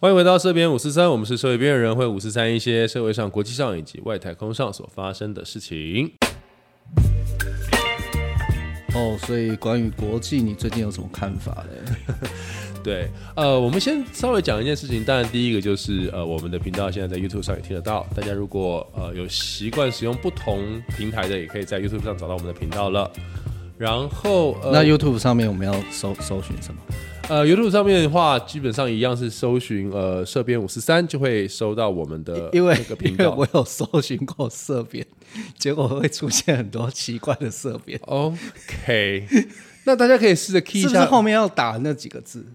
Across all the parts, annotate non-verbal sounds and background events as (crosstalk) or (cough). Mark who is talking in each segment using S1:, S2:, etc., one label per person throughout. S1: 欢迎回到社编五四三，我们是社会边缘人，会五四三一些社会上、国际上以及外太空上所发生的事情。
S2: 哦，所以关于国际，你最近有什么看法嘞？
S1: 对，呃，我们先稍微讲一件事情。当然，第一个就是呃，我们的频道现在在 YouTube 上也听得到，大家如果呃有习惯使用不同平台的，也可以在 YouTube 上找到我们的频道了。然后，呃、
S2: 那 YouTube 上面我们要搜搜寻什么？
S1: 呃 YouTube 上面的话，基本上一样是搜寻呃社编五四三，就会收到我们的
S2: 因为
S1: 那个频
S2: 因为
S1: 道
S2: (laughs) 我。有搜寻过色变， (laughs) 结果会出现很多奇怪的色变，
S1: OK，那大家可以试着 key 一
S2: 是
S1: 下，
S2: 不是后面要打那几个字？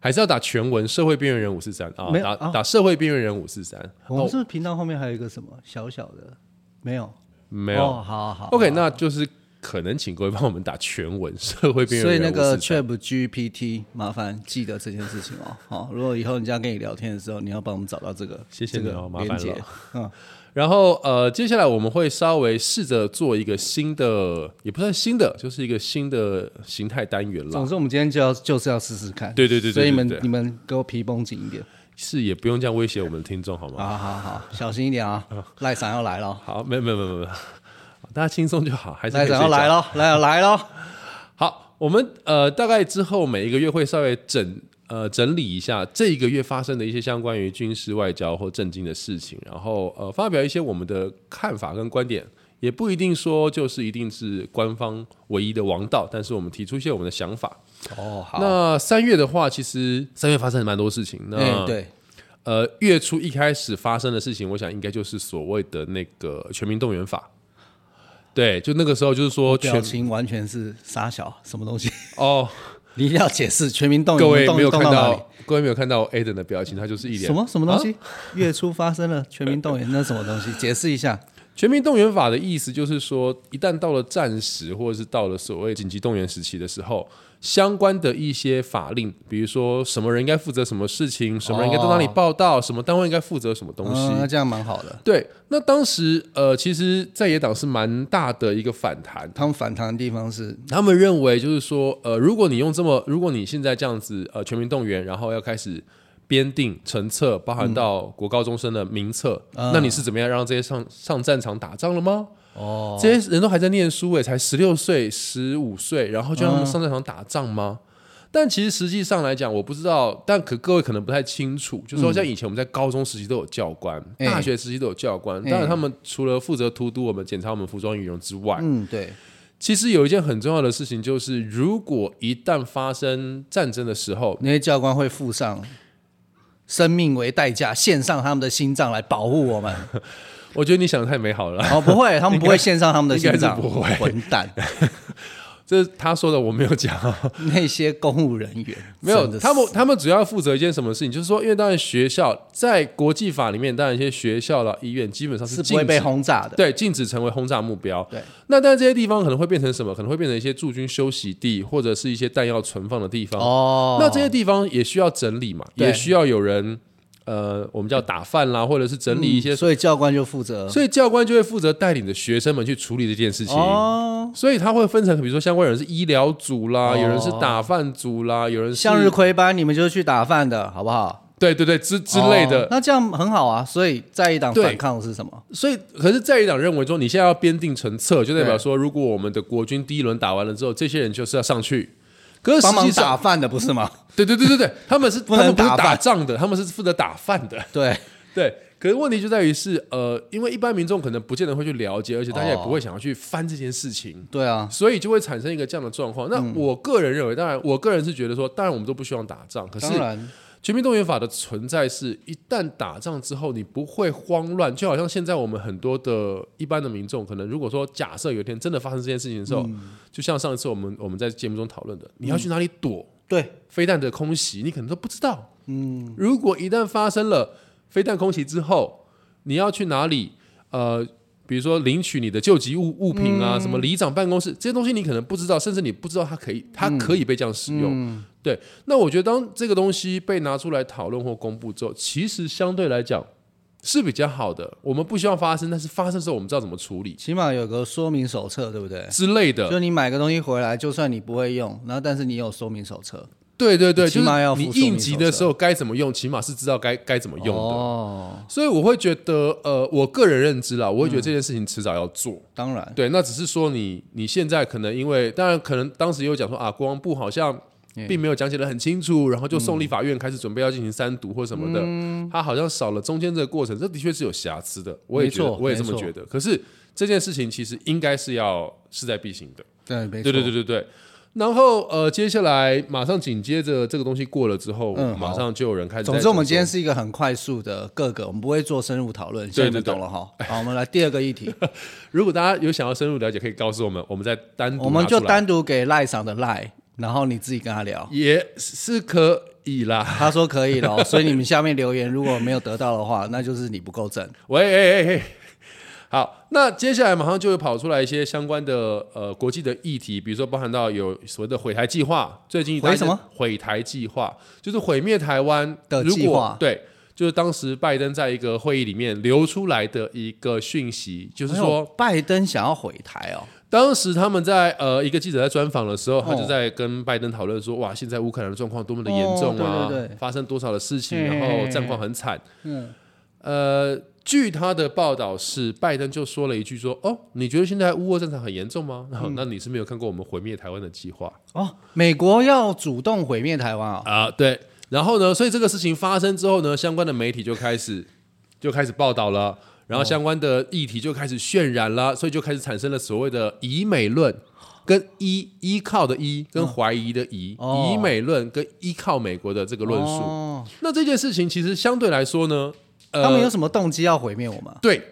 S1: 还是要打全文“社会边缘人五四三”啊
S2: 没，有
S1: 打、
S2: 啊
S1: 打“社会边缘人五四三哦
S2: 我们是不是频道后面还有一个什么小小的？没有，”，
S1: 没有。
S2: 哦、好好好
S1: OK，那就是可能请各位帮我们打全文“社会边
S2: (laughs) 所以
S1: 缘人
S2: 那
S1: 五
S2: 个
S1: 四三
S2: Chat GPT，麻烦记得这件事情哦。好，如果以后人家跟你聊天的时候，你要帮我们找到这个，
S1: 谢谢
S2: 这
S1: 你哦
S2: 个
S1: 麻烦
S2: 连接
S1: 了。
S2: 嗯，”。
S1: 然后呃，接下来我们会稍微试着做一个新的，也不算新的，就是一个新的形态单元啦
S2: 总。之我们今天就要就是要试试看。
S1: 对对对对
S2: 所以你
S1: 对
S2: 们
S1: 对
S2: 你们给我皮绷紧一点。
S1: 是也不用这样威胁我们的听众好吗？
S2: 好好好，小心一点啊！赖闪要来了，
S1: 好，没有没有没有没有，大家轻松就好，还是可
S2: 赖
S1: 以
S2: 闪要
S1: 睡觉
S2: 来了，来了来了。
S1: 好，我们呃大概之后每一个月会稍微整呃整理一下这一个月发生的一些相关于军事外交或政经的事情，然后呃发表一些我们的看法跟观点，也不一定说就是一定是官方唯一的王道，但是我们提出一些我们的想法。
S2: 哦，好，
S1: 那三月的话，其实三月发生了蛮多事情。那、
S2: 嗯，对，
S1: 呃月初一开始发生的事情，我想应该就是所谓的那个全民动员法。对，就那个时候就是说
S2: 表
S1: 全
S2: 情完全是傻小，什么东西？
S1: 哦。
S2: 你一定要解释，全民动员，
S1: 各位
S2: 哦动
S1: 没有
S2: 动
S1: 看
S2: 哪里
S1: 到，各位没有看到 Aden 的表情，他就是一脸
S2: 什么什么东
S1: 啊
S2: 西？月初发生了全民动员，那什么东西？解释一下。
S1: 全民动员法的意思就是说，一旦到了战时或者是到了所谓紧急动员时期的时候，相关的一些法令，比如说什么人应该负责什么事情，什么人应该到哪里报道，什么单位应该负责什么东西。
S2: 嗯，那这样蛮好的。
S1: 对，那当时呃，其实在野党是蛮大的一个反弹，
S2: 他们反弹的地方是，
S1: 他们认为就是说，呃，如果你用这么，如果你现在这样子，呃，全民动员，然后要开始编定成册，包含到国高中生的名册，那你是怎么样让这些上上战场打仗了吗？哦，这些人都还在念书诶，才十六岁、十五岁，然后就让他们上战场打仗吗？但其实实际上来讲，我不知道，但可各位可能不太清楚，就是说像以前我们在高中时期都有教官，
S2: 哎
S1: 大学时期都有教官，当然他们除了负责督督我们检查我们服装仪容之外，
S2: 嗯，对，
S1: 其实有一件很重要的事情，就是如果一旦发生战争的时候，
S2: 那些教官会付上生命为代价，献上他们的心脏来保护我们。
S1: 我觉得你想的太美好了。
S2: 哦，不会，他们不会献上他们的心脏，
S1: 应该是不会
S2: 混蛋，
S1: (laughs) 这是他说的，我没有讲。
S2: (laughs) 那些公务人员
S1: (laughs) 没有
S2: 真，的是
S1: 他们他们主要负责一件什么事情，就是说，因为当然学校在国际法里面，当然一些学校啦、医院基本上
S2: 是不
S1: 禁
S2: 会
S1: 止
S2: 被轰炸的。
S1: 对禁止成为轰炸目标。
S2: 对，
S1: 那但这些地方可能会变成什么？可能会变成一些驻军休息地，或者是一些弹药存放的地方。
S2: 哦，
S1: 那这些地方也需要整理嘛，
S2: 对
S1: 也需要有人呃，我们叫打饭啦，或者是整理一些
S2: 所以教官就负责
S1: 所以教官就会负责带领着学生们去处理这件事情。
S2: 哦，
S1: 所以他会分成，比如说相关人是医疗组啦，
S2: 哦
S1: 有人是打饭组啦，有人是
S2: 向日葵班你们就去打饭的好不好
S1: 对对对之之类的
S2: 哦。那这样很好啊。所以在一党
S1: 对
S2: 反抗是什么？
S1: 所以，可是在野党认为说，你现在要编定成册，就代表
S2: 对
S1: 说，如果我们的国军第一轮打完了之后，这些人就是要上去。可是实
S2: 帮忙
S1: 际上，
S2: 打饭的不是吗？
S1: (laughs) 对对对对对，他们是
S2: (laughs) 不能
S1: 他们不是
S2: 打
S1: 打
S2: 饭
S1: 仗的，他们是负责打饭的。
S2: 对，
S1: 对，可是问题就在于是，呃，因为一般民众可能不见得会去了解，而且大家也
S2: 哦
S1: 不会想要去翻这件事情。
S2: 对啊，
S1: 所以就会产生一个这样的状况。
S2: 嗯
S1: 那我个人认为，当然，我个人是觉得说，当然我们都不希望打仗，可是
S2: 当然
S1: 全民动员法的存在是，一旦打仗之后，你不会慌乱，就好像现在我们很多的一般的民众，可能如果说假设有一天真的发生这件事情的时候，
S2: 嗯
S1: 就像上一次我们我们在节目中讨论的，你要去哪里躲
S2: 对，
S1: 飞弹的空袭，你可能都不知道。嗯，如果一旦发生了飞弹空袭之后，你要去哪里？呃，比如说领取你的救急物物品
S2: 嗯
S1: 啊，什么里长办公室这些东西，你可能不知道，甚至你不知道它可以，
S2: 嗯
S1: 它可以被这样使用。对，那我觉得当这个东西被拿出来讨论或公布之后，其实相对来讲是比较好的。我们不希望发生，但是发生的时候我们知道怎么处理
S2: 起码有个说明手册，对不对？
S1: 之类的。
S2: 就你买个东西回来，就算你不会用，然后但是你有说明手册，
S1: 对对对，
S2: 起
S1: 就是
S2: 码要
S1: 你
S2: 附说
S1: 应
S2: 明
S1: 急
S2: 手
S1: 的
S2: 册
S1: 时候该怎么用，起码是知道该该怎么用的。
S2: 哦，
S1: 所以我会觉得，呃，我个人认知啦，我会
S2: 嗯
S1: 觉得这件事情迟早要做。
S2: 当然，
S1: 对，那只是说你你现在可能因为，当然可能当时也有讲说啊，国防部好像
S2: 嗯
S1: 并没有讲解的很清楚，然后就送立法院开始准备要进行三读或什么的，
S2: 嗯
S1: 他好像少了中间这个过程，这的确是有瑕疵的，我也觉得
S2: 没错
S1: 我也这么
S2: 没错
S1: 觉得。可是这件事情其实应该是要势在必行的。
S2: 对，没
S1: 对
S2: 错，
S1: 对对对对。然后呃，接下来马上紧接着这个东西过了之后，
S2: 嗯
S1: 马
S2: 好
S1: 上就有人开始在讲说。
S2: 总之，我们今天是一个很快速的各个，我们不会做深入讨论，现在你们
S1: 对对对
S2: 懂了哈。好，我们来第二个议
S1: (laughs)
S2: 题，
S1: 如果大家有想要深入了解，可以告诉我们，我们再单独
S2: 我们就
S1: 拿出来
S2: 单独给赖赏的赖，然后你自己跟他聊。
S1: 也是可以啦。 (laughs)
S2: 他说可以了，所以你们下面留言如果没有得到的话，那就是你不够正。
S1: 喂，哎哎哎，好，那接下来马上就会跑出来一些相关的呃国际的议题，比如说包含到有所谓的毁台计划，最近
S2: 毁什么
S1: 毁台计划就是毁灭台湾
S2: 的
S1: 如
S2: 计
S1: 果
S2: 划
S1: 对。就是当时拜登在一个会议里面流出来的一个讯息，就是
S2: 哎呦
S1: 说，
S2: 拜登想要毁台哦，
S1: 当时他们在呃一个记者在专访的时候，
S2: 哦
S1: 他就在跟拜登讨论说，哇，现在乌克兰的状况多么的严重啊，
S2: 哦对对对
S1: 发生多少的事情，
S2: 嘿
S1: 然后
S2: 嘿
S1: 战况很惨。
S2: 嗯，
S1: 呃，据他的报道是，拜登就说了一句说，哦，你觉得现在乌俄战场很严重吗？
S2: 嗯
S1: 然后、那你是没有看过我们毁灭台湾的计划
S2: 哦，美国要主动毁灭台湾哦，
S1: 啊、对。然后呢，所以这个事情发生之后呢，相关的媒体就开始就开始报道了。然后相关的议题就开始渲染了，所以就开始产生了所谓的以美论，跟依依靠的依，跟怀疑的疑，
S2: 嗯哦
S1: 以美论跟依靠美国的这个论述。
S2: 哦
S1: 那这件事情其实相对来说呢，呃，
S2: 他们有什么动机要毁灭我们？
S1: 对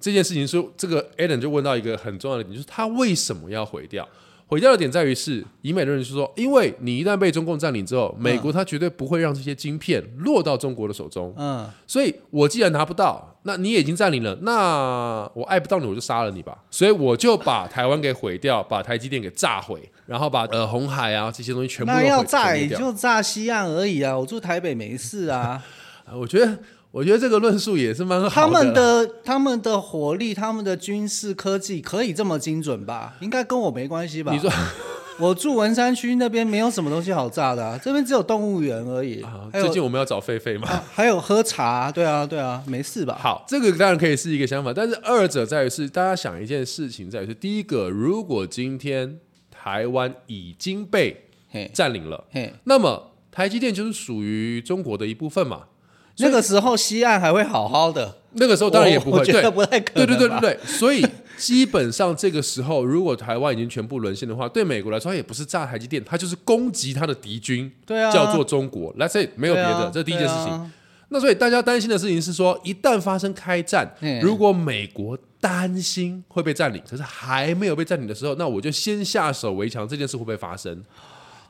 S1: 这件事情说，这个 a l a n 就问到一个很重要的点，就是他为什么要毁掉？毁掉的点在于是，以美的人是说，因为你一旦被中共占领之后，
S2: 嗯
S1: 美国他绝对不会让这些晶片落到中国的手中，
S2: 嗯，
S1: 所以我既然拿不到，那你也已经占领了，那我爱不到你，我就杀了你吧，所以我就把台湾给毁掉，把台积电给炸毁，然后把呃红海啊这些东西全部都
S2: 那
S1: 毁
S2: 要炸
S1: 毁灭
S2: 也
S1: 掉
S2: 就炸西岸而已啊，我住台北没事啊。
S1: 啊我觉得，我觉得这个论述也是蛮好
S2: 他们
S1: 的
S2: 的他们的火力、他们的军事科技可以这么精准吧？应该跟我没关系吧？
S1: 你说
S2: 我住文山区那边没有什么东西好炸的、啊，这边只有动物园而已。
S1: 啊，
S2: 还
S1: 最
S2: 有
S1: 近我们要找狒狒吗？
S2: 啊还有喝茶、对啊对啊，没事吧？
S1: 好，这个当然可以是一个想法，但是二者在于是大家想一件事情在于是第一个，如果今天台湾已经被
S2: 嘿
S1: 占领了，
S2: 嘿，
S1: 那么台积电就是属于中国的一部分嘛。
S2: 那个时候西岸还会好好的，
S1: 那个时候当然也不
S2: 我
S1: 会
S2: 哦我
S1: 对
S2: 觉得不太可
S1: 对
S2: 能。
S1: 对对对，对，所以基本上这个时候，如果台湾已经全部沦陷的话，对美国来说，它也不是炸台积电，它就是攻击它的敌军，
S2: 对啊
S1: 叫做中国。That's it，没有别
S2: 对
S1: 的，
S2: 啊
S1: 这第一件事情。
S2: 对啊
S1: 那所以大家担心的事情是说，一旦发生开战，
S2: 嗯
S1: 如果美国担心会被占领，可是还没有被占领的时候，那我就先下手为强，这件事会不会发生？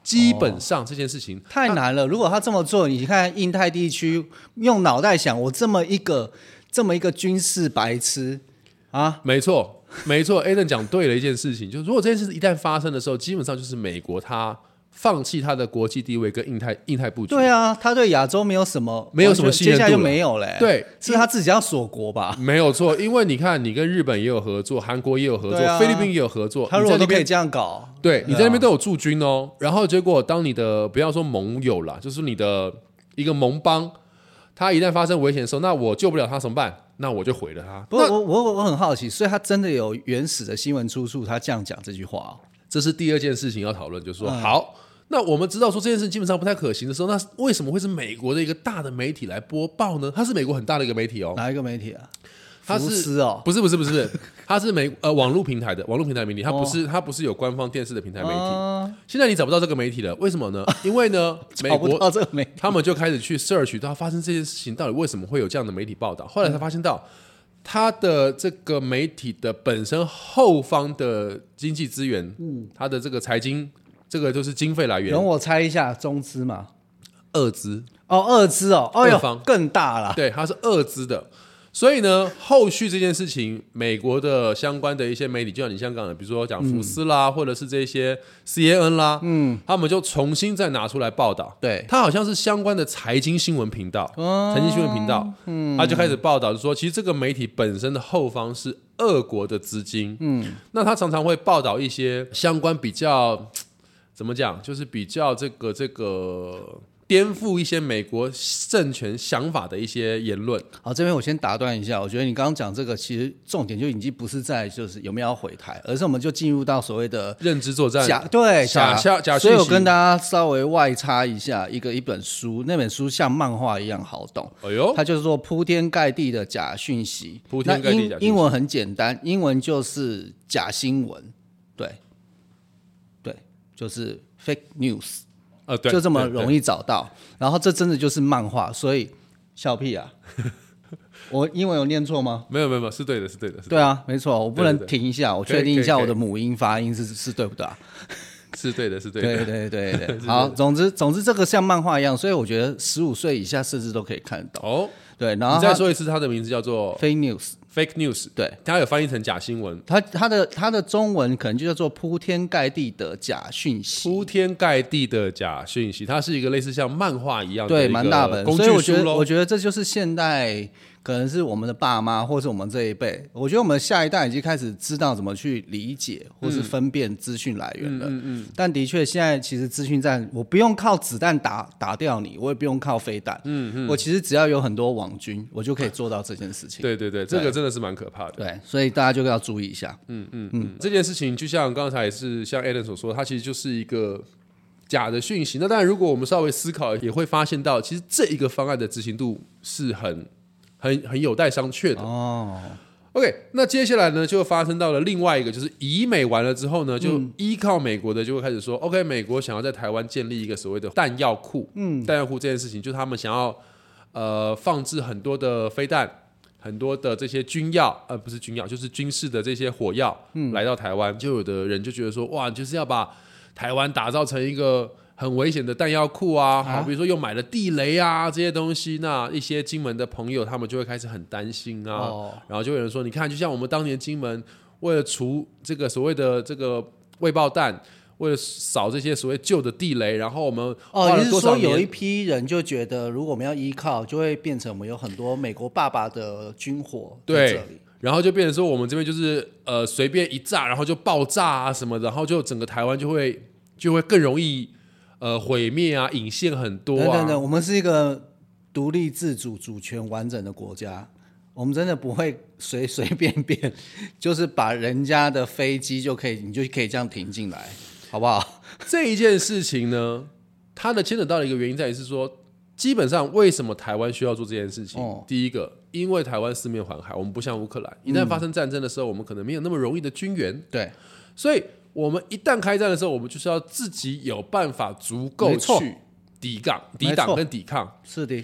S1: 基本上这件事情，
S2: 太难了。如果他这么做，你看印太地区用脑袋想，我这么一个这么一个军事白痴啊，
S1: 没错，没错 a d e n 讲对了一件事情，就是如果这件事一旦发生的时候，基本上就是美国它放弃它的国际地位跟印太印太布局。
S2: 对啊，他对亚洲没有什么
S1: 没有什么
S2: 完全
S1: 信任
S2: 接
S1: 度了
S2: 下来就没有嘞、欸
S1: 对
S2: 是他自己要锁国吧？
S1: 没有错，因为你看，你跟日本也有合作，韩国也有合作，
S2: 对啊
S1: 菲律宾也有合作。
S2: 他如
S1: 你在
S2: 果
S1: 那
S2: 都可
S1: 边
S2: 以这样搞，
S1: 对，你在
S2: 啊
S1: 那边都有驻军哦。然后结果，当你的不要说盟友啦，就是你的一个盟邦，他一旦发生危险的时候，那我救不了他怎么办？那我就毁了他。
S2: 不过我我我我很好奇，所以他真的有原始的新闻出处，他这样讲这句话哦、
S1: 这是第二件事情要讨论，就是
S2: 嗯
S1: 说，好，那我们知道说这件事基本上不太可行的时候，那为什么会是美国的一个大的媒体来播报呢？它是美国很大的一个媒体哦，
S2: 哪一个媒体啊？
S1: 它
S2: 福
S1: 是
S2: 斯哦，
S1: 不是不是不是，它是美呃网络平台的网络平台媒体，它不是它不是有官方电视的平台媒体。
S2: 啊
S1: 现在你找不到这个媒体了，为什么呢？因为呢，美
S2: (laughs) 找哦不
S1: 国
S2: 到这个媒体
S1: 他们就开始去 search 到发生这件事情到底为什么会有这样的媒体报道。后来才发现到，它的这个媒体的本身后方的经济资源，它的这个财经，这个就是经费来源
S2: 容，我猜一下，中资嘛？
S1: 二资，
S2: 哦，二资哦，哎
S1: 二方
S2: 呦，更大了。
S1: 对，它是二资的。所以呢，后续这件事情，美国的相关的一些媒体，就像你香港的，比如说讲福斯啦，或者是这些 CNN 啦，嗯，他们就重新再拿出来报道。
S2: 对，
S1: 它好像是相关的财经新闻频道，
S2: 哦
S1: 财经新闻频道，嗯，他就开始报道说，其实这个媒体本身的后方是俄国的资金，嗯，那他常常会报道一些相关比较。怎么讲，就是比较这个这个颠覆一些美国政权想法的一些言论。
S2: 好，这边我先打断一下，我觉得你刚刚讲这个，其实重点就已经不是在就是有没有要回台，而是我们就进入到所谓的
S1: 认知作战，
S2: 假对
S1: 假消假
S2: 所以
S1: 讯
S2: 我
S1: 息
S2: 跟大家稍微外插一下，一个一本书，那本书像漫画一样好懂，
S1: 哎呦，
S2: 它就是说铺天盖地的假讯息。
S1: 铺天盖地
S2: 那
S1: 假讯息
S2: 英英文很简单，英文就是假新闻，对，对，就是 fake news，
S1: 呃，对，
S2: 就这么
S1: 对对
S2: 容易找到。然后这真的就是漫画，所以笑
S1: (laughs)
S2: 屁啊！我英文有念错吗？
S1: 没有没有没有，是对的，是对的，是
S2: 对啊，没错，我不
S1: 对对
S2: 能
S1: 对
S2: 停一下，我
S1: 可以
S2: 确定
S1: 可
S2: 一
S1: 以
S2: 下
S1: 可以
S2: 我的母音发音是是对不对啊？
S1: 是对的，是对的。
S2: 对对对
S1: (laughs)
S2: 对，好，总之总之这个像漫画一样，所以我觉得十五岁以下甚至都可以看得懂。
S1: 哦，
S2: 对，然后
S1: 你再
S2: 它
S1: 说一次，它的名字叫做
S2: fake news，
S1: fake news，
S2: 对
S1: 它有翻译成假新闻，
S2: 它它的它的中文可能就叫做铺天盖地的假讯息，
S1: 铺天盖地的假讯息，它是一个类似像漫画一样的
S2: 对，
S1: 一个
S2: 蛮大本。
S1: 工
S2: 所以
S1: 具
S2: 我觉
S1: 书
S2: 得我
S1: 喽。
S2: 觉得这就是现代，可能是我们的爸妈或是我们这一辈，我觉得我们下一代已经开始知道怎么去理解或
S1: 嗯
S2: 是分辨资讯来源了。嗯嗯但的确，现在其实资讯战，我不用靠子弹打打掉你，我也不用靠飞弹。嗯嗯。我其实只要有很多网军，我就可以做到这件事情。
S1: 对对对，这个真的是蛮可怕的。
S2: 对，所以大家就要注意一下。
S1: 嗯，这件事情就像刚才也是像 Alan 所说，它其实就是一个假的讯息。那当然，如果我们稍微思考，也会发现到，其实这一个方案的执行度是很、很、很有待商榷的。哦。OK，那接下来呢，就发生到了另外一个，就是以美完了之后呢，就依靠美国的就会开始说、o k 美国想要在台湾建立一个所谓的弹药库。嗯，弹药库这件事情，就是他们想要呃放置很多的飞弹，很多的这些军药，呃，不是军药，就是军事的这些火药，
S2: 嗯
S1: 来到台湾，就有的人就觉得说，哇，就是要把台湾打造成一个很危险的弹药库啊，好，比如说又买了地雷啊这些东西，那一些金门的朋友他们就会开始很担心啊，
S2: 哦
S1: 然后就有人说，你看，就像我们当年金门为了除这个所谓的这个未爆弹。为了扫这些所谓旧的地雷，然后我们花
S2: 哦，
S1: 了
S2: 你是
S1: 多少
S2: 说
S1: 年
S2: 有一批人就觉得，如果我们要依靠，就会变成我们有很多美国爸爸的军火在
S1: 对
S2: 这里。
S1: 然后就变成说我们这边就是呃随便一炸，然后就爆炸啊什么的，然后就整个台湾就会就会更容易呃毁灭啊，引线很多
S2: 等
S1: 啊。
S2: 等等，我们是一个独立自主、主权完整的国家，我们真的不会随随便便就是把人家的飞机就可以，你就可以这样停进来，好不好？
S1: 这一件事情呢，它的牵扯到的一个原因在于是说，基本上为什么台湾需要做这件事情？
S2: 哦嗯
S1: 第一个，因为台湾四面环海，我们不像乌克兰，一旦发生战争的时候，我们可能没有那么容易的军援，
S2: 对，
S1: 所以我们一旦开战的时候，我们就是要自己有办法足够
S2: 没错
S1: 去抵抗、
S2: 没
S1: 抵挡
S2: 错
S1: 跟抵抗。
S2: 是的，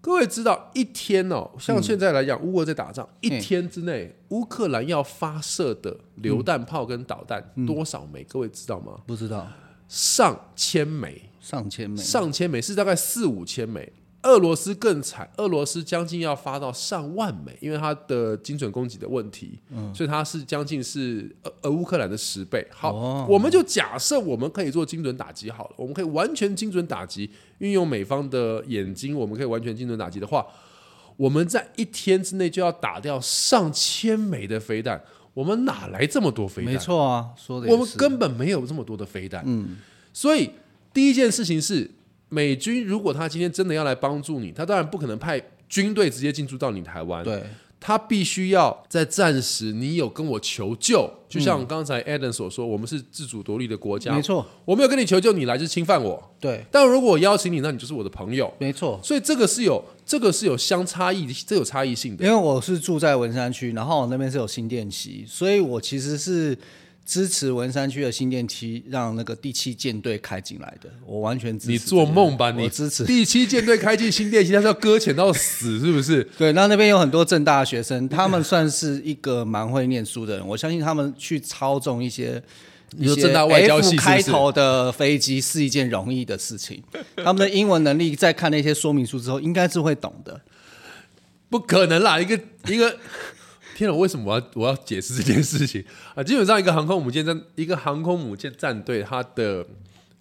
S1: 各位知道，一天哦，像现在来讲，乌俄在打仗，一天之内，乌克兰要发射的榴弹炮跟导弹多少枚？各位知道吗？
S2: 不知道
S1: 上千枚，
S2: 上千枚，
S1: 上千枚是大概四五千枚。俄罗斯更惨，俄罗斯将近要发到上万枚，因为它的精准供给的问题，
S2: 嗯
S1: 所以它是将近是呃呃乌克兰的十倍。好，
S2: 哦
S1: 我们就假设我们可以做精准打击好了，我们可以完全精准打击，运用美方的眼睛，我们可以完全精准打击的话，我们在一天之内就要打掉上千枚的飞弹，我们哪来这么多飞弹
S2: 没？错啊，说的也
S1: 我们
S2: 是
S1: 根本没有这么多的飞弹。嗯，所以第一件事情是，美军如果他今天真的要来帮助你，他当然不可能派军队直接进驻到你台湾，
S2: 对，
S1: 他必须要在战时你有跟我求救，就像刚才 Adam 所说，我们是自主独立的国家
S2: 没，错，
S1: 我没有跟你求救，你来就是侵犯我。
S2: 对，
S1: 但如果我邀请你，那你就是我的朋友。
S2: 没错。
S1: 所以这个是有这个是有相差异，这有差异性的。
S2: 因为我是住在文山区，然后我那边是有新店溪，所以我其实是支持文山区的新店溪让那个第七舰队开进来的，我完全支持。
S1: 你做梦吧，你
S2: 我支持
S1: 第七舰队开进新店溪，他是要搁浅到死，是不是？
S2: 对，那那边有很多正大的学生，他们算是一个蛮会念书的人，我相信他们去操纵一些。
S1: 你说
S2: 一些
S1: 正大外交系是
S2: F
S1: 不是
S2: 开头的飞机是一件容易的
S1: (laughs)
S2: 事情，他们的英文能力在看那些说明书之后，应该是会懂的。
S1: 不可能啦！一个一个，天哪！为什么我要我要解释这件事情 (laughs) 啊？基本上一个航空母舰战，一个航空母舰战队，它的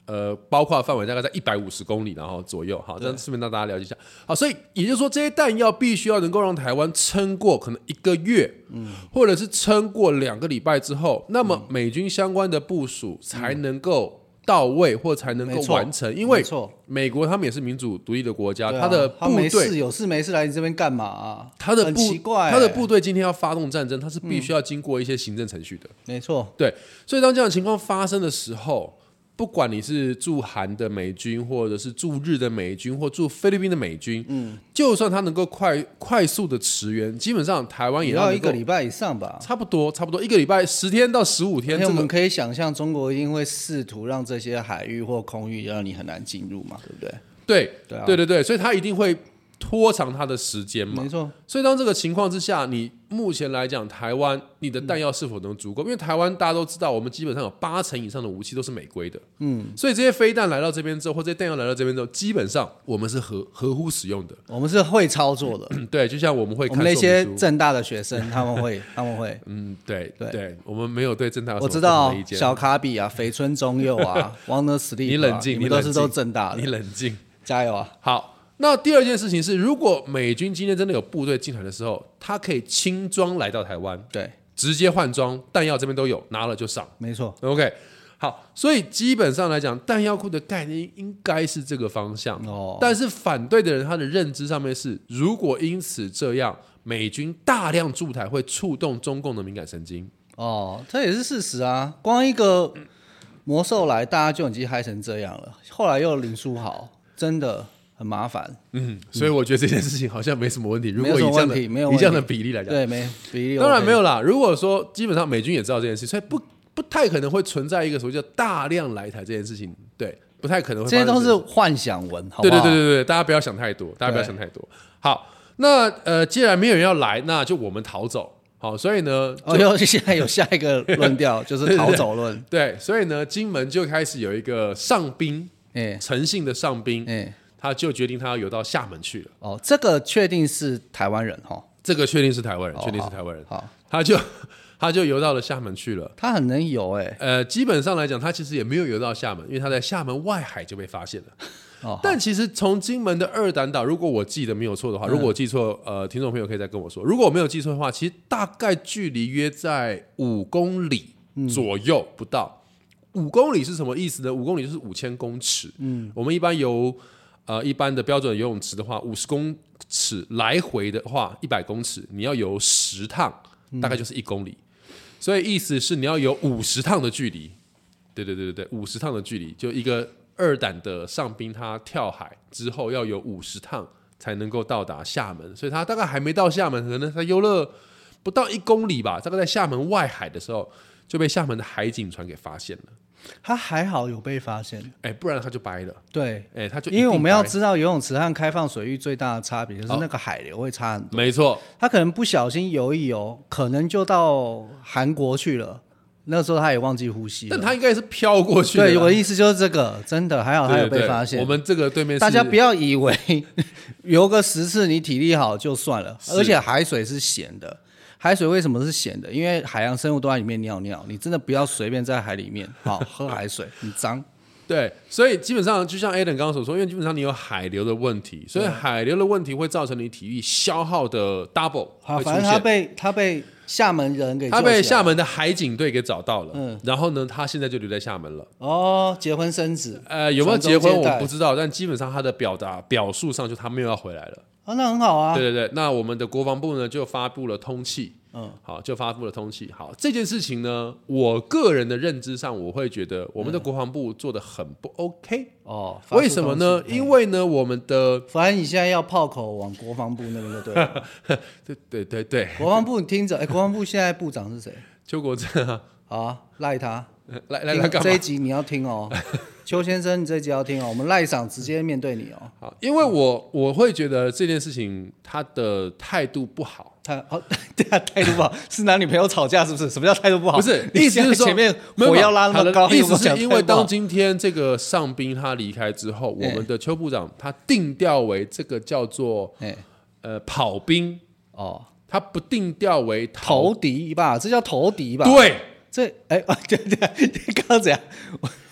S1: 呃包括范围大概在一百五十公里，然后左右。好，那顺便让大家了解一下。好，所以也就是说，这些弹药必须要能够让台湾撑过可能一个月，嗯，或
S2: 嗯
S1: 者是撑过两个礼拜之后，那么美军相关的部署才能够。到位或才能够
S2: 没错
S1: 完成，因为
S2: 没错，
S1: 美国他们也是民主独立的国家，
S2: 对啊
S1: 他的
S2: 他
S1: 部
S2: 没
S1: 队
S2: 事有事没事来你这边干嘛啊？
S1: 他的
S2: 很
S1: 部
S2: 奇怪欸，
S1: 他的部队今天要发动战争，他是必须要经过一些行政程序的。
S2: 没错，
S1: 对，所以当这样的情况发生的时候，不管你是驻韩的美军，或者是驻日的美军，或驻菲律宾的美军，嗯，就算他能够快快速的驰援，基本上台湾
S2: 也
S1: 也
S2: 要
S1: 能
S2: 一个
S1: 够
S2: 礼拜以上吧。
S1: 差不多差不多一个礼拜十天到十五
S2: 而
S1: 天，
S2: 且
S1: 这
S2: 我
S1: 个
S2: 们可以想象，中国一定会试图让这些海域或空域让你很难进入嘛，对不对？
S1: 对
S2: 对啊
S1: 对对对，所以他一定会拖长他的时间嘛
S2: 没。错，
S1: 所以当这个情况之下，你目前来讲，台湾你的弹药是否能足够？因为台湾大家都知道，我们基本上有八成以上的武器都是美规的，嗯，所以这些飞弹来到这边之后，或者这些弹药来到这边之后，基本上我们是合合乎使用的。
S2: 我们是会操作的。
S1: 嗯，对，就像我们会
S2: 我
S1: 看
S2: 们那
S1: 说
S2: 些
S1: 明书
S2: 正大的学生， (laughs) 他们会，他
S1: (laughs)
S2: 们会，
S1: 嗯，对
S2: 对
S1: 我们没有对正大有什
S2: 我
S1: 么
S2: 知
S1: 不同
S2: 道
S1: 的意见。
S2: 小卡比啊、绯村中佑
S1: (laughs)
S2: 啊、王德史蒂，
S1: 你冷静，
S2: 你们
S1: 冷
S2: 都
S1: 静
S2: 是都正大
S1: 你
S2: 的，
S1: 冷静。
S2: 加油啊！
S1: 好，那第二件事情是，如果美军今天真的有部队进来的时候，他可以轻装来到台湾，
S2: 对，
S1: 直接换装，弹药这边都有，拿了就上。
S2: 没错，
S1: OK，好，所以基本上来讲，弹药库的概念应该是这个方向。
S2: 哦
S1: 但是反对的人他的认知上面是，如果因此这样，美军大量驻台会触动中共的敏感神经。
S2: 哦，这也是事实啊。光一个魔兽来，大家就已经嗨成这样了，后来又林书豪，真的很麻烦。
S1: 嗯，所以我觉得这件事情好像没什么问题。如
S2: 没
S1: 果
S2: 有
S1: 以
S2: 什么
S1: 这样
S2: 问
S1: 的
S2: 题没有
S1: 以这样
S2: 问
S1: 的
S2: 题
S1: 比例来讲，
S2: 对，没比例、
S1: 当然没。有啦。如果说基本上美军也知道这件事，所以不不太可能会存在一个所谓叫大量来台这件事情。对，不太可能会
S2: 这
S1: 发
S2: 些
S1: 生
S2: 都
S1: 件事。
S2: 是幻想文，好不
S1: 对
S2: 好？
S1: 对对对对，大家不要想太多，大家不要想太多。好，那呃，既然没有人要来，那就我们逃走。好，所以呢，
S2: 哦，又 (laughs) 现在有下一个论调，就是逃走论。
S1: 对，所以呢，金门就开始有一个上兵，
S2: 哎
S1: 诚信的上兵，
S2: 哎，
S1: 他就决定他要游到厦门去了。
S2: 哦，这个确定是台湾人哈，
S1: 这个确定是台湾人，
S2: 哦
S1: 确定是台湾人，
S2: 好，
S1: 他就 (laughs) 他就游到了厦门去了。
S2: 他很能游哎、
S1: 呃，基本上来讲，他其实也没有游到厦门，因为他在厦门外海就被发现了。
S2: 哦，
S1: 但其实从金门的二胆岛，如果我记得没有错的话，如果我记错，呃，听众朋友可以再跟我说。如果我没有记错的话，其实大概距离约在五公里左右不到。五公里是什么意思呢？五公里就是五千公尺。嗯，我们一般游呃一般的标准游泳池的话，五十公尺来回的话，一百公尺，你要游十趟，大概就是一公里。所以意思是你要有五十趟的距离。对对对对对，五十趟的距离，就一个二胆的上兵，他跳海之后要有五十趟才能够到达厦门，所以他大概还没到厦门，可能他游了不到一公里吧，大概在厦门外海的时候就被厦门的海警船给发现了，
S2: 他还好有被发现。
S1: 哎，不然他就掰了，
S2: 对，
S1: 哎，他就一
S2: 因为我
S1: 定哦
S2: 们要
S1: 掰
S2: 知道游泳池和开放水域最大的差别就是那个海流会差很多，
S1: 没错，
S2: 他可能不小心游一游，可能就到韩国去了，那时候他也忘记呼吸了。
S1: 但他应该是飘过去的啦，
S2: 对，我的意思就是这个，真的还好他
S1: 对
S2: 有
S1: 对
S2: 被
S1: 对
S2: 发现。
S1: 我们这个对面
S2: 大
S1: 是
S2: 家不要以为游个十次你体力好就算了，
S1: (laughs) 是
S2: 而且海水是咸的。海水为什么是咸的？因为海洋生物都在里面尿尿，你真的不要随便在海里面好喝海水，很脏。
S1: 对，所以基本上就像 Alan 刚刚所说，因为基本上你有海流的问题，所以海流的问题会造成你体力消耗的 double
S2: 好，
S1: 会出
S2: 反正他
S1: 现。
S2: 被他被厦门人给
S1: 他
S2: 救起
S1: 被
S2: 来
S1: 厦门的海警队给找到了，
S2: 嗯
S1: 然后呢，他现在就留在厦门了。
S2: 哦结婚生子，
S1: 呃，有没有
S2: 传宗
S1: 结婚
S2: 接代
S1: 我不知道，但基本上他的表达表述上就他没有要回来了。
S2: 啊，那很好啊。
S1: 对对对，那我们的国防部呢就发布了通气，嗯，好，就发布了通气。好，这件事情呢，我个人的认知上，我会觉得我们
S2: 嗯
S1: 的国防部做的很不 OK，、
S2: 哦，
S1: 为什么呢？
S2: 为
S1: 因为呢，我们的
S2: 反正你现在要炮口往国防部那边就对
S1: (laughs)
S2: 了。
S1: 对对对对，
S2: 国防部，你听着，哎，国防部现在部长是谁？
S1: 邱国正啊，
S2: 好啊，
S1: (laughs)
S2: 赖他。
S1: 呃来来
S2: 听
S1: 来干
S2: 这一
S1: 嘛？
S2: 集你要听哦，邱先生，你这一集要听哦，我们赖赏直接面对你哦。
S1: 好，因为我我会觉得这件事情他的态度不好，
S2: 他哦，对啊，态度不好，是男女朋友吵架是不是？什么叫态度不好？
S1: 不是
S2: 你
S1: 意思
S2: 现在
S1: 是说
S2: 前面
S1: 没有
S2: 火要拉那么高，
S1: 好的意
S2: 你跟
S1: 思
S2: 我讲
S1: 是因为
S2: 态度不好
S1: 当今天这个上兵他离开之后，我
S2: 哎
S1: 们的邱部长他定调为这个叫做
S2: 哎
S1: 呃跑兵，
S2: 哦
S1: 他不定调为逃
S2: 投敌吧，这叫投敌吧？，
S1: 对。
S2: 这哎 (laughs) 啊对对，对刚刚怎样？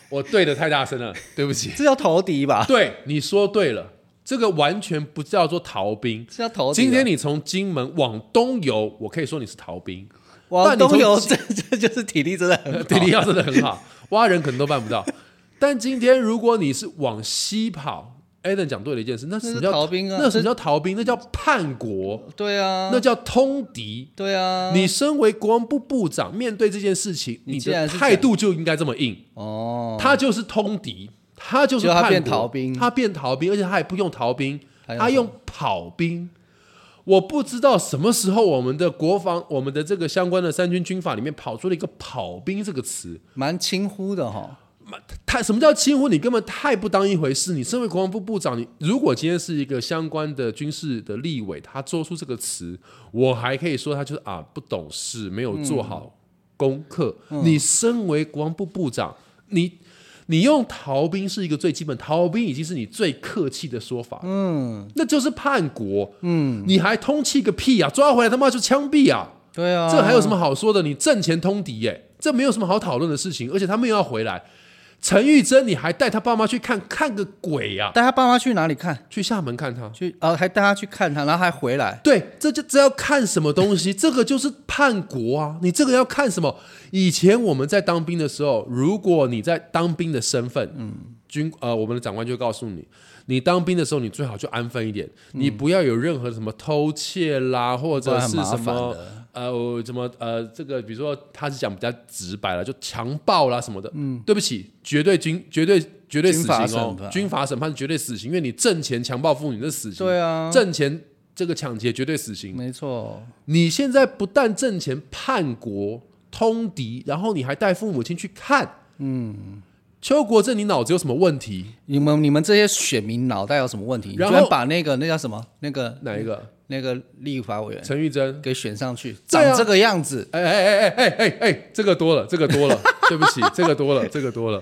S1: 我对的太大声了，对不起。 (laughs)
S2: 这叫投敌吧？
S1: 对，你说对了，这个完全不叫啊做逃兵。
S2: 这叫投敌吧。
S1: 今天你从金门往东游，我可以说你是逃兵。 (laughs)
S2: 往
S1: 但你从
S2: (laughs) 东游，这这就是体力真的很好 (laughs)
S1: 体力要真的很好，挖人可能都办不到。但今天如果你是往西跑，Adam 讲对了一件事，那什
S2: 那
S1: 么
S2: 是
S1: 叫
S2: 逃兵啊，
S1: 那什么叫逃兵？那叫叛国，
S2: 对啊，
S1: 那叫通敌。
S2: 对啊，
S1: 你身为国防部部长，面对这件事情，
S2: 你
S1: 你
S2: 既然
S1: 的
S2: 是
S1: 态度就应该这么硬。
S2: 哦，
S1: 他就是通敌，他就是
S2: 就他
S1: 叛
S2: 变
S1: 国
S2: 逃兵
S1: 他变逃兵，而且他还不用逃兵，
S2: 还用
S1: 他用跑兵。我不知道什么时候我们的国防，我们的这个相关的三军军法里面跑出了一个“跑兵”这个词。
S2: 蛮轻忽的哈，
S1: 他什么叫轻忽？你根本太不当一回事。你身为国防部部长，你如果今天是一个相关的军事的立委，他做出这个词，我还可以说他就是啊不懂事，没有做好功课。你身为国防部部长，你你用逃兵是一个最基本，逃兵已经是你最客气的说法，
S2: 嗯，
S1: 那就是叛国。嗯，你还通气个屁啊！抓回来他妈就枪毙啊！
S2: 对啊，
S1: 这还有什么好说的？你挣钱通敌耶、这没有什么好讨论的事情，而且他们又要回来。陈玉珍，你还带他爸妈去看看个鬼呀、
S2: 带他爸妈去哪里看？
S1: 去厦门看他。
S2: 去啊，还带他去看他，然后还回来，
S1: 对，这就这要看什么东西？这个就是叛国啊！你这个要看什么？以前我们在当兵的时候，如果你在当兵的身份，嗯，军呃，我们的长官就会告诉你，你当兵的时候你最好就安分一点，你不要有任何什么偷窃啦，或
S2: 嗯不
S1: 者
S2: 然
S1: 是
S2: 很麻
S1: 什
S2: 烦
S1: 么
S2: 的
S1: 呃我怎么呃这个，比如说他是讲比较直白了，就强暴啦什么的。嗯，对不起，绝对军绝对绝对
S2: 军
S1: 死
S2: 法
S1: 刑哦
S2: 审，判
S1: 军法审判是绝对死刑，因为你挣钱强暴妇女那是死刑。
S2: 对啊，
S1: 挣钱这个抢劫绝对死刑。
S2: 没错，
S1: 你现在不但挣钱叛国通敌，然后你还带父母亲去看，嗯，邱国正，你脑子有什么问题？
S2: 你们你们这些选民脑袋有什么问题？你居
S1: 然后
S2: 然把那个那叫什么那个
S1: 哪一个？
S2: 那个立法委员
S1: 陈玉珍？
S2: 给选上去，
S1: 对啊
S2: 长这个样子，
S1: 哎哎哎哎哎哎哎，这个多了，这个多
S2: (laughs)
S1: 了，对不起，这个多了，这个多了。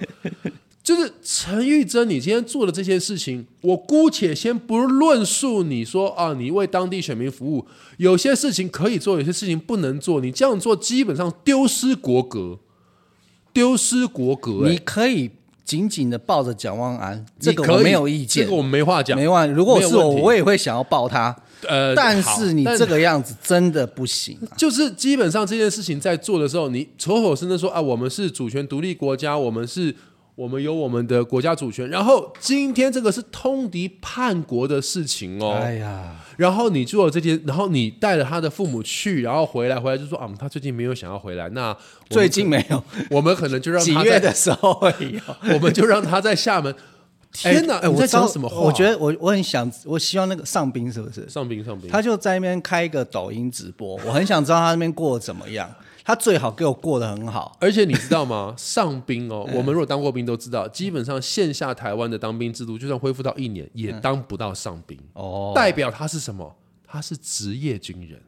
S1: 就是陈玉珍，你今天做的这些事情，我姑且先不论述你说啊，你为当地选民服务，有些事情可以做，有些事情不能做。你这样做基本上丢失国格，丢失国格、
S2: 你
S1: 欸。
S2: 可以紧紧的抱着蒋万安，
S1: 你
S2: 这个
S1: 可
S2: 我
S1: 以
S2: 没有意见
S1: 这个，我们没话讲。
S2: 没问。如果
S1: 没有
S2: 是我，
S1: 问题
S2: 我也会想要抱他，
S1: 呃，
S2: 但
S1: 好
S2: 是你
S1: 但
S2: 这个样子真的不行啊。
S1: 就是基本上这件事情在做的时候，你口口声声说啊，我们是主权独立国家，我们是，我们有我们的国家主权。然后今天这个是通敌叛国的事情哦，
S2: 哎呀，
S1: 然后你做了这件，然后你带着他的父母去，然后回来，回来就说啊，他最近没有想要回来，那我们
S2: 最近没有，
S1: 我们可能就让
S2: 几
S1: 他
S2: 月
S1: 在，
S2: 的时候会有。
S1: (laughs) 我们就让他在厦门。天哪，
S2: 哎哎
S1: 你
S2: 我
S1: 在讲
S2: 知道
S1: 什么话？
S2: 我觉得我我很想，我希望那个上兵是不是？
S1: 上兵上兵，
S2: 他就在那边开一个抖音直
S1: (laughs)
S2: 播，我很想知道他那边过得怎么样。他最好给我过得很好，
S1: 而且你知道吗？
S2: (laughs)
S1: 上兵哦，
S2: 嗯
S1: 我们如果当过兵都知道，基本上线下台湾的当兵制度，就算恢复到一年，也当不到上兵。
S2: 嗯哦，
S1: 代表他是什么？他是职业军人，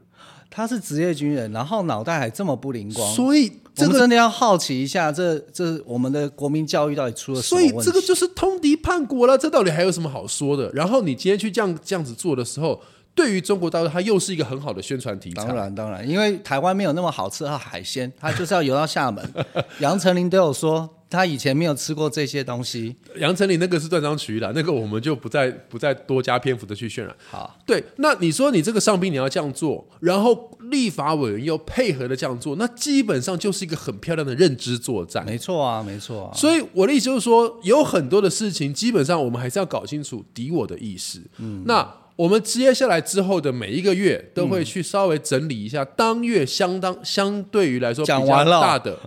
S2: 他是职业军人，然后脑袋还这么不灵光，
S1: 所以这
S2: 我们
S1: 个，
S2: 真的要好奇一下，这这我们的国民教育到底出了什
S1: 所
S2: 么问
S1: 以
S2: 题？
S1: 这个就是通敌叛国了。这到底还有什么好说的？然后你今天去这样这样子做的时候，对于中国大陆，它又是一个很好的宣传题
S2: 当
S1: 材。
S2: 然当然，因为台湾没有那么好吃的海鲜，他就是要游到厦
S1: (laughs)
S2: 门。杨丞琳都有说，他以前没有吃过这些东西。
S1: 杨丞琳那个是断章取义了，那个我们就不再不再多加篇幅的去渲染。
S2: 好，
S1: 对，那你说你这个上兵你要这样做，然后立法委员又配合的这样做，那基本上就是一个很漂亮的认知作战。
S2: 没错啊，没错啊。
S1: 所以我的意思就是说，有很多的事情，基本上我们还是要搞清楚敌我的意识。嗯，那我们接下来之后的每一个月都会去稍微整理一下，当月相当相对于来说比
S2: 讲
S1: 较
S2: 完了
S1: 大的，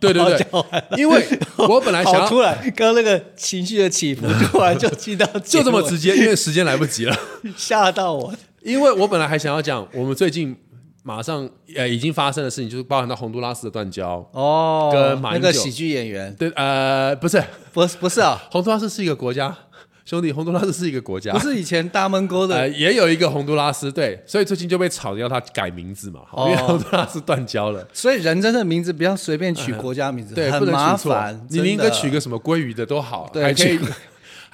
S1: 对对
S2: (laughs)
S1: 对
S2: 讲完，
S1: 因为我本来想要
S2: 好突然，刚刚那个情绪的起伏，突然就进到
S1: 就这么
S2: 结
S1: 直接，因为时间来不及了。
S2: 尾吓到我。
S1: (laughs) 因为我本来还想要讲，我们最近马上呃已经发生的事情，就是包含到洪都拉斯的断交，
S2: 哦，
S1: 跟马英
S2: 那
S1: 九
S2: 个喜剧演员，
S1: 对呃不是，
S2: 不是不是啊，
S1: 洪都拉斯是一个国家，兄弟，洪都拉斯是一个国家
S2: 不。是以前大闷锅的
S1: 呃，也有一个洪都拉斯，对，所以最近就被炒要他改名字嘛，好因为
S2: 哦
S1: 洪都拉斯断交了，
S2: 所以人真的名字不要随便取国家名字，
S1: 嗯对，
S2: 很
S1: 不能
S2: 麻
S1: 取错
S2: 烦。。
S1: 你宁可取
S2: 真的。
S1: 个什么鲑鱼的都好，
S2: 对
S1: 还可以
S2: 取，
S1: 还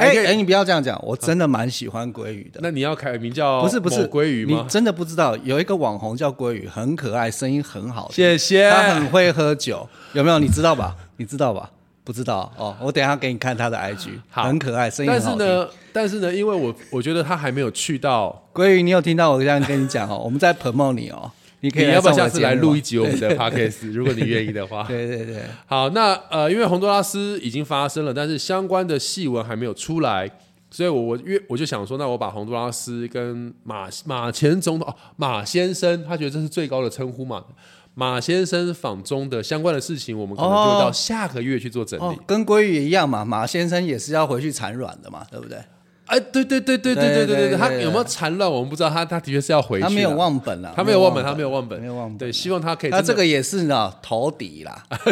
S2: 哎
S1: 可以。
S2: 哎，你不要这样讲，我真的蛮喜欢鲑鱼的。
S1: (laughs) 那你要改名叫
S2: 不是不是
S1: 某鲑鱼
S2: 你
S1: 吗？
S2: 真的不知道有一个网红叫鲑鱼，很可爱，声音很好听，
S1: 谢谢。
S2: 他很会喝酒，有没有？你知道吧？你知道吧？不知道哦，我等一下给你看他的 IG，
S1: 好
S2: 很可爱，声音
S1: 但
S2: 很
S1: 是
S2: 好听。
S1: 呢，但是呢，因为我我觉得他还没有去到
S2: 鲑鱼，你有听到我这样跟你讲哦？我们在 promote 你哦，你可以
S1: 你要不要下次来录一
S2: 一？
S1: 集我们的 podcast？如果你愿意的话。
S2: 啊对对对，
S1: 好，那呃，因为洪都拉斯已经发生了，但是相关的细文还没有出来，所以我我约我就想说，那我把洪都拉斯跟马马前总统哦马先生，他觉得这是最高的称呼嘛，马先生访中的相关的事情，我们可能就
S2: 哦
S1: 到下个月去做整
S2: 哦
S1: 理。，
S2: 跟鲑鱼一样嘛，马先生也是要回去产卵的嘛，对不对？
S1: 哎、对对对对对对对
S2: 对
S1: 对
S2: 对
S1: 他
S2: 对对
S1: 有没有缠乱我们不知道，他他的确是要回去，
S2: 他没有，忘本啦，
S1: 他没有忘本，他没有忘本，
S2: 没有忘本。
S1: 对，希望他可以
S2: 他
S1: 真的
S2: 这个也是呢，头底啦，
S1: (laughs)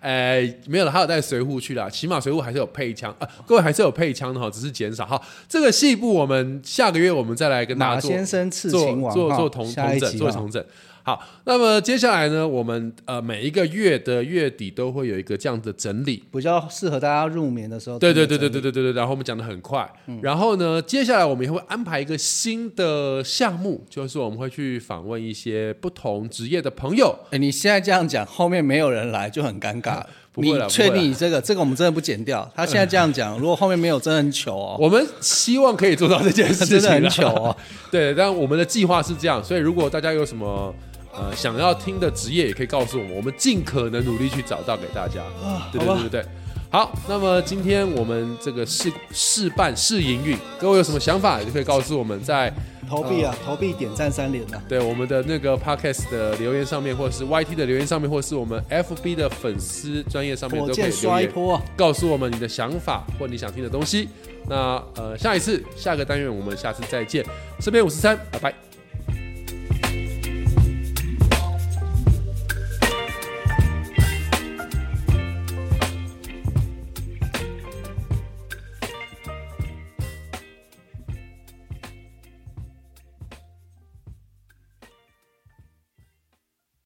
S1: 哎，没有了，他有带随扈去啦，起码随扈还是有配枪啊，各位还是有配枪的哈，只是减少哈。这个细部我们下个月我们再来跟大
S2: 马
S1: 家做
S2: 先生刺
S1: 做
S2: 秦王
S1: 做
S2: 哈
S1: 做同
S2: 下
S1: 同
S2: 一
S1: 整
S2: 集
S1: 做
S2: 哈
S1: 重整。好，那么接下来呢，我们呃每一个月的月底都会有一个这样的整理。
S2: 比较适合大家入眠的时候。
S1: 对对对
S2: 听
S1: 对
S2: 着
S1: 对对对对，然后我们讲的很快，
S2: 嗯
S1: 然后呢，接下来我们也会安排一个新的项目，就是我们会去访问一些不同职业的朋友，
S2: 哎，你现在这样讲，后面没有人来就很尴 (laughs) 尬。
S1: 不
S2: 你
S1: 会啦
S2: 确
S1: 不会啦
S2: 定你这个这个我们真的不剪 (laughs) 掉？他现在这样讲，如果后面没有，真的很糗哦，
S1: (laughs) 我们希望可以做到这件事情
S2: 真的很
S1: 啦
S2: 糗哦。
S1: (laughs) 对，但我们的计划是这样，所以如果大家有什么呃想要听的职业，也可以告诉我们，我们尽可能努力去找到给大家。对对
S2: 啊好
S1: 对
S2: 吧
S1: 对对。好，那么今天我们这个试试办试营运，各位有什么想法也可以告诉我们在
S2: 投币啊，投币点赞三连 (laughs) 啊。
S1: 对我们的那个 podcast 的留言上面，或者是 YT 的留言上面，或者是我们 FB 的粉丝专业上面
S2: 火
S1: 都可以
S2: 箭
S1: 留
S2: 刷一
S1: 言。
S2: 波啊，
S1: 告诉我们你的想法或你想听的东西。那呃，下一次下个单元我们下次再见。这边五十三，拜拜。